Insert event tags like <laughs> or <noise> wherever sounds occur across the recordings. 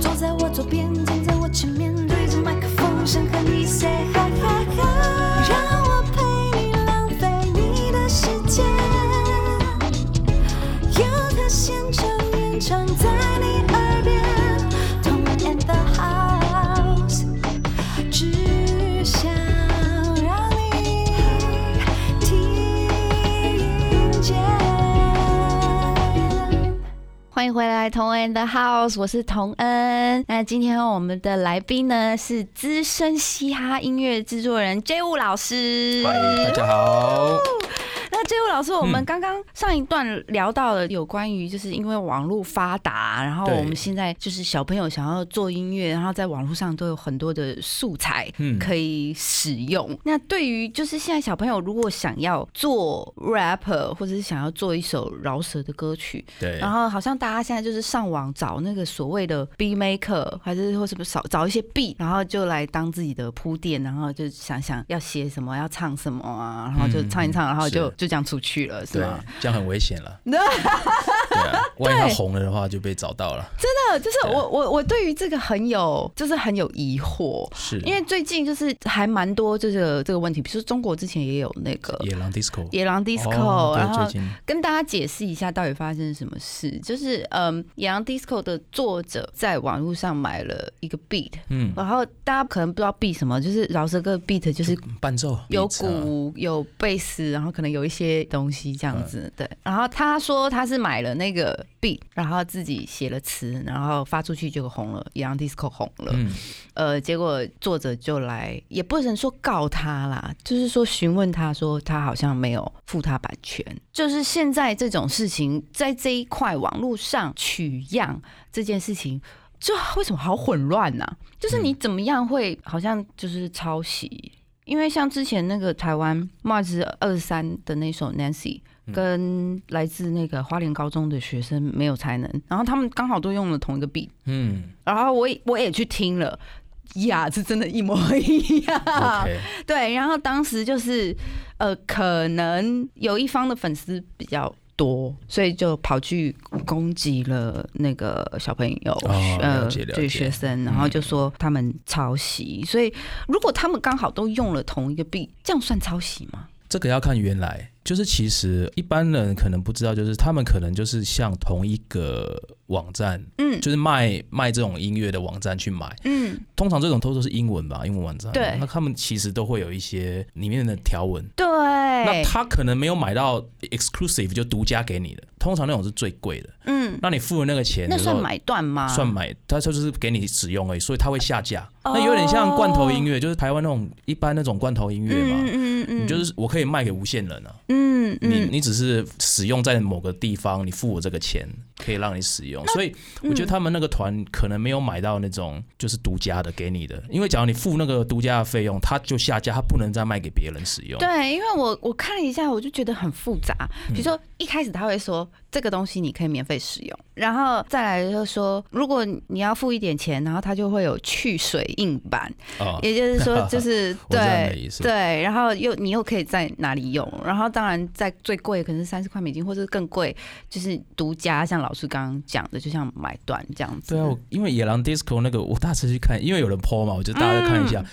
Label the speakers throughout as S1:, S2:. S1: 坐在我左边，站在我前面，对着麦克风，想和你 say hi hi hi，让我陪你浪费你的时间。有个现场演唱在你耳边，同我 and the house，只想让你听见。
S2: 欢迎回来，同恩 the house，我是童恩。那今天我们的来宾呢是资深嘻哈音乐制作人 J Wu 老师。
S3: 嗨，大家好。
S2: 那 J Wu 老师，我们
S3: 嗯
S2: 刚刚上一段聊到了有关于就是因为网络发达，然后
S3: 对
S2: 我们现在就是小朋友想要做音乐，然后在网络上都有很多的素材
S3: 嗯
S2: 可以使用。那对于就是现在小朋友如果想要做 rapper 或者是想要做一首饶舌的歌曲，
S3: 对，
S2: 然后好像大家现在就是上网找那个所谓的 B maker，还是或什么找找一些 B，然后就来当自己的铺垫，然后就想想要写什么，要唱什么啊，然后就
S3: 嗯
S2: 唱一唱，然后就是就这样出去了，是
S3: 对
S2: 吗？，
S3: 这样很危险
S2: <laughs>
S3: 了。对啊，万一他红了的话就被找到了。
S2: 真的，就是
S3: 对啊
S2: 我我我对于这个很有，就是很有疑惑。
S3: 是，
S2: 因为最近就是还蛮多就是这个问题，比如说中国之前也有那个
S3: 野狼 disco。
S2: 野狼 disco，、
S3: 哦
S2: 然
S3: 对，
S2: 后
S3: 最近
S2: 跟大家解释一下到底发生什么事，就是嗯，野狼 disco 的作者在网络上买了一个 beat，
S3: 嗯，
S2: 然后大家可能不知道 beat 什么，就是饶舌歌 beat 就是
S3: 伴奏
S2: 有
S3: beats 啊
S2: 鼓有贝斯，然后可能有一些东西这样子，对。然后他说他是买了那个 beat，然后自己写了词，然后发出去结果红了，野狼 disco 红了，
S3: 嗯，
S2: 呃，结果作者就来，也不能说告他啦，就是说询问他说他好像没有付他版权，就是现在这种事情在这一块网络上取样这件事情。就为什么好混乱呢、就是你怎么样会好像就是抄袭？因为像之前那个台湾 Mars 二三的那首 Nancy，跟来自那个花莲高中的学生没有才能，然后他们刚好都用了同一个 beat，
S3: 嗯
S2: 然后我也我也去听了。呀，是真的一模一样。
S3: ，OK，
S2: 对，然后当时就是，呃，可能有一方的粉丝比较多，所以就跑去攻击了那个小朋友，
S3: 哦
S2: 呃，
S3: 了解了
S2: 对
S3: 解
S2: 学生，然后就说他们抄袭。所以如果他们刚好都用了同一个币，这样算抄袭吗？
S3: 这个要看原来，就是其实一般人可能不知道，就是他们可能就是像同一个网站，
S2: 嗯
S3: 就是卖卖这种音乐的网站去买，
S2: 嗯，
S3: 通常这种都都是英文吧，英文网站，
S2: 对
S3: 那他们其实都会有一些里面的条文。
S2: 对。哎
S3: 那他可能没有买到 exclusive 就独家给你的，通常那种是最贵的。
S2: 嗯，
S3: 那你付了那个钱
S2: 那
S3: 的时候，
S2: 算买断吗？哦
S3: 算买，它就是给你使用而已，所以它会下架。那有点像罐头音乐，就是台湾那种一般那种罐头音乐嘛，
S2: 嗯嗯嗯，
S3: 你就是我可以卖给无限人啊，
S2: 嗯嗯
S3: 你你只是使用在某个地方，你付我这个钱可以让你使用，所以我觉得他们那个团可能没有买到那种就是独家的给你的，因为假如你付那个独家的费用，它就下架，它不能再卖给别人使用。
S2: 对，因为我我看了一下，我就觉得很复杂。
S3: 嗯
S2: 比如说一开始他会说这个东西你可以免费使用，然后再来就说如果你要付一点钱，然后它就会有去水印版，
S3: 啊，
S2: 也就是说
S3: <laughs>
S2: 就是
S3: 我知道你的
S2: 对
S3: 意思
S2: 对，然后又你又可以在哪里用，然后当然在最贵可能是三十块美金或者更贵，就是独家，像老师刚刚讲的，就像买断这样子。
S3: 对啊，我因为野狼 disco 那个我大致去看，因为有人 po 嘛，我就大家看
S2: 嗯
S3: 一下。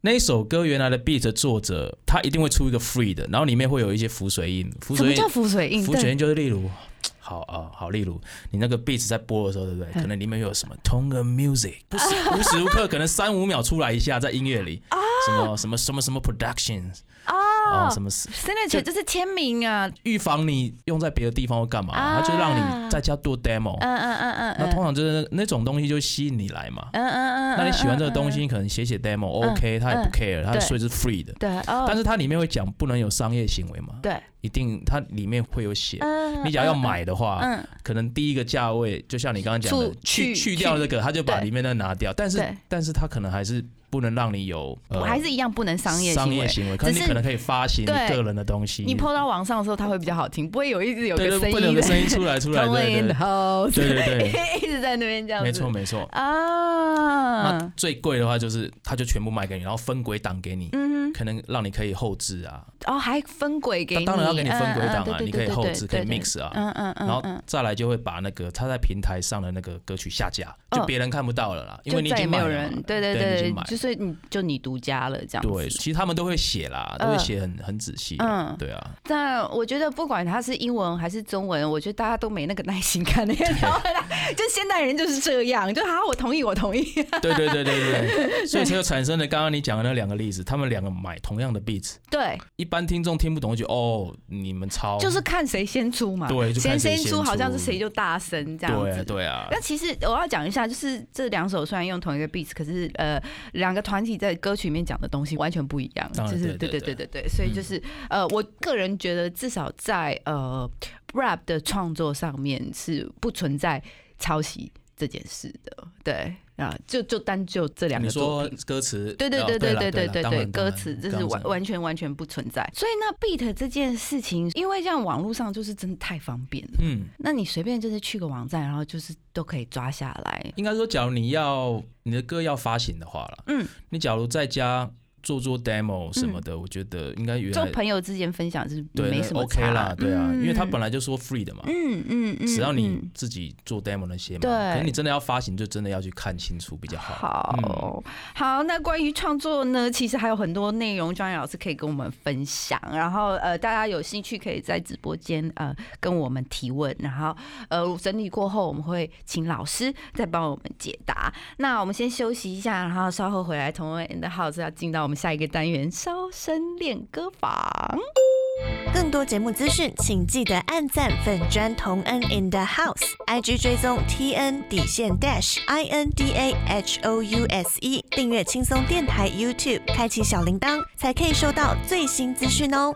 S3: 那一首歌原来的 beat 作者，他一定会出一个 free 的，然后里面会有一些浮水印，浮
S2: 什么
S3: 水
S2: 叫
S3: 印，
S2: 浮水印？
S3: 浮
S2: 对
S3: 水印就是例如，好啊、好，例如你那个 beat 在播的时候，对不对？可能里面有什么 tone of music，
S2: <laughs>
S3: 不是无时无刻可能三五秒出来一下，在音乐里，
S2: 啊
S3: 什么什么什么什么 productions 啊，
S2: 哦
S3: 什么
S2: ，signature 就是签名啊，
S3: 预防你用在别的地方会干嘛？他就让你在家做 demo，
S2: 嗯嗯嗯嗯
S3: 那
S2: 嗯
S3: 通常就是那那种东西就吸引你来嘛。
S2: 嗯嗯嗯，
S3: 那你喜欢这个东
S2: 西？
S3: 西，你可能写写 demo
S2: 嗯
S3: OK，他也不
S2: 嗯
S3: care，他
S2: 对
S3: 税是 free 的，
S2: 对，哦，
S3: 但是它里面会讲不能有商业行为嘛，
S2: 对，
S3: 一定它里面会有写。
S2: 嗯
S3: 你假如要，买啊的话，
S2: 嗯，
S3: 可能第一个价位就像你刚刚讲的
S2: 出，
S3: 去
S2: 去
S3: 去掉
S2: 去
S3: 这个，他就把
S2: 对
S3: 里面的拿掉，但是
S2: 对
S3: 但是他可能还是不能让你有呃
S2: 我还是一样不能商业
S3: 商
S2: 行
S3: 业
S2: 为。
S3: 行为，可是
S2: 只
S3: 你
S2: 是
S3: 可能可以发行你
S2: 对
S3: 个人的东西，
S2: 你抛到网上的时候，它会比较好听，不会有一直有
S3: 对
S2: 个声
S3: 对，不能有
S2: 音
S3: 个声音出
S2: <laughs>
S3: 来出来，对
S2: in
S3: 对
S2: house，
S3: 对对对，
S2: <laughs> 一直在那边这样子。
S3: 没错没错。那
S2: 啊，
S3: 最贵的话就是，它就全部卖给你，然后分轨档给你，
S2: 嗯，
S3: 可能让你可以后置啊，
S2: 哦，还分轨给
S3: 它
S2: 你，
S3: 当然要给你分轨
S2: 嗯
S3: 档
S2: 嗯
S3: 啊，
S2: 对
S3: 你可
S2: 对
S3: 以
S2: 对
S3: 后
S2: 对
S3: 置，可
S2: 对
S3: 以
S2: 对
S3: mix 啊，
S2: 嗯嗯嗯，
S3: 然后
S2: 嗯
S3: 再来就会把那个他在平台上的那个歌曲下架，
S2: 嗯
S3: 就别人看不到了啦，因为你已
S2: 就再也
S3: 经
S2: 没
S3: 买
S2: 有
S3: 了
S2: 人
S3: 嘛，
S2: 对对
S3: 对你已经买
S2: 对，
S3: 了
S2: 就是你就你独家了这样子。
S3: 对，其实他们都会写啦，都会
S2: 嗯
S3: 写很很仔细啊，
S2: 嗯
S3: 对啊，
S2: 但我觉得不管它是英文还是中文，我觉得大家都没那个耐心看那些台湾的，就现代人就是这样，就好，我同意，我同意。
S3: 对对对
S2: <laughs>
S3: 对对，所以才有产生了刚刚你讲的那两个例子，他们两个买同样的 beats，
S2: 对，
S3: 一般听众听不懂，就觉得哦，你们抄，
S2: 就是看谁先出嘛，
S3: 对就看谁
S2: 先
S3: 先
S2: 出，好像是
S3: 出
S2: 谁就大声这样
S3: 对
S2: 子。
S3: 对啊
S2: 那，其实我要讲一下，就是这两首虽然用同一个 beat，可是呃，两个团体在歌曲里面讲的东西完全不一样，
S3: 当
S2: 就
S3: 然
S2: 是
S3: 对
S2: 对
S3: 对嗯
S2: 对对对，所以就是、呃，我个人觉得至少在呃 rap 的创作上面是不存在抄袭这件事的，对啊，就就单就这两
S3: 你
S2: 个作
S3: 说
S2: 品。
S3: 歌词，
S2: 对对
S3: 哦
S2: 对对
S3: 啦
S2: 对对
S3: 啦
S2: 对
S3: 当
S2: 对，
S3: 然当
S2: 歌
S3: 然
S2: 词这
S3: 刚
S2: 是完
S3: 刚讲
S2: 完全完全不存在。所以那 beat 这件事情，因为这样网络上就是真的太方便了。
S3: 嗯。
S2: 那你随便就是去个网站，然后就是都可以抓下来。
S3: 应该说，假如你要你的歌要发行的话了，
S2: 嗯，
S3: 你假如在家做做 demo 什么的，我觉得应该原
S2: 做
S3: 来
S2: 朋友之间分享是
S3: 对
S2: 没
S3: 那
S2: 什么
S3: OK
S2: 差
S3: 啦，对啊，因为他本
S2: 来
S3: 来就说 free 的嘛，
S2: 嗯嗯嗯，
S3: 只要你
S2: 嗯
S3: 自己做 demo 那些嘛，
S2: 对
S3: 可是你真的要发行，就真的要去看清楚比较好。嗯
S2: 好好，那关于创作呢，其实还有很多内容，庄园老师可以跟我们分享。然后呃，大家有兴趣可以在直播间呃跟我们提问，然后呃整理过后，我们会请老师再帮我们解答。那我们先休息一下，然后稍后回来同温 and house 要进到我们下一个单元——烧身练歌房。
S4: 更多节目资讯，请记得按赞粉砖同恩 in the house，IG 追踪 T N 底线 dash I N D A H O U S E，订阅轻松电台 YouTube，开启小铃铛，才可以收到最新资讯哦。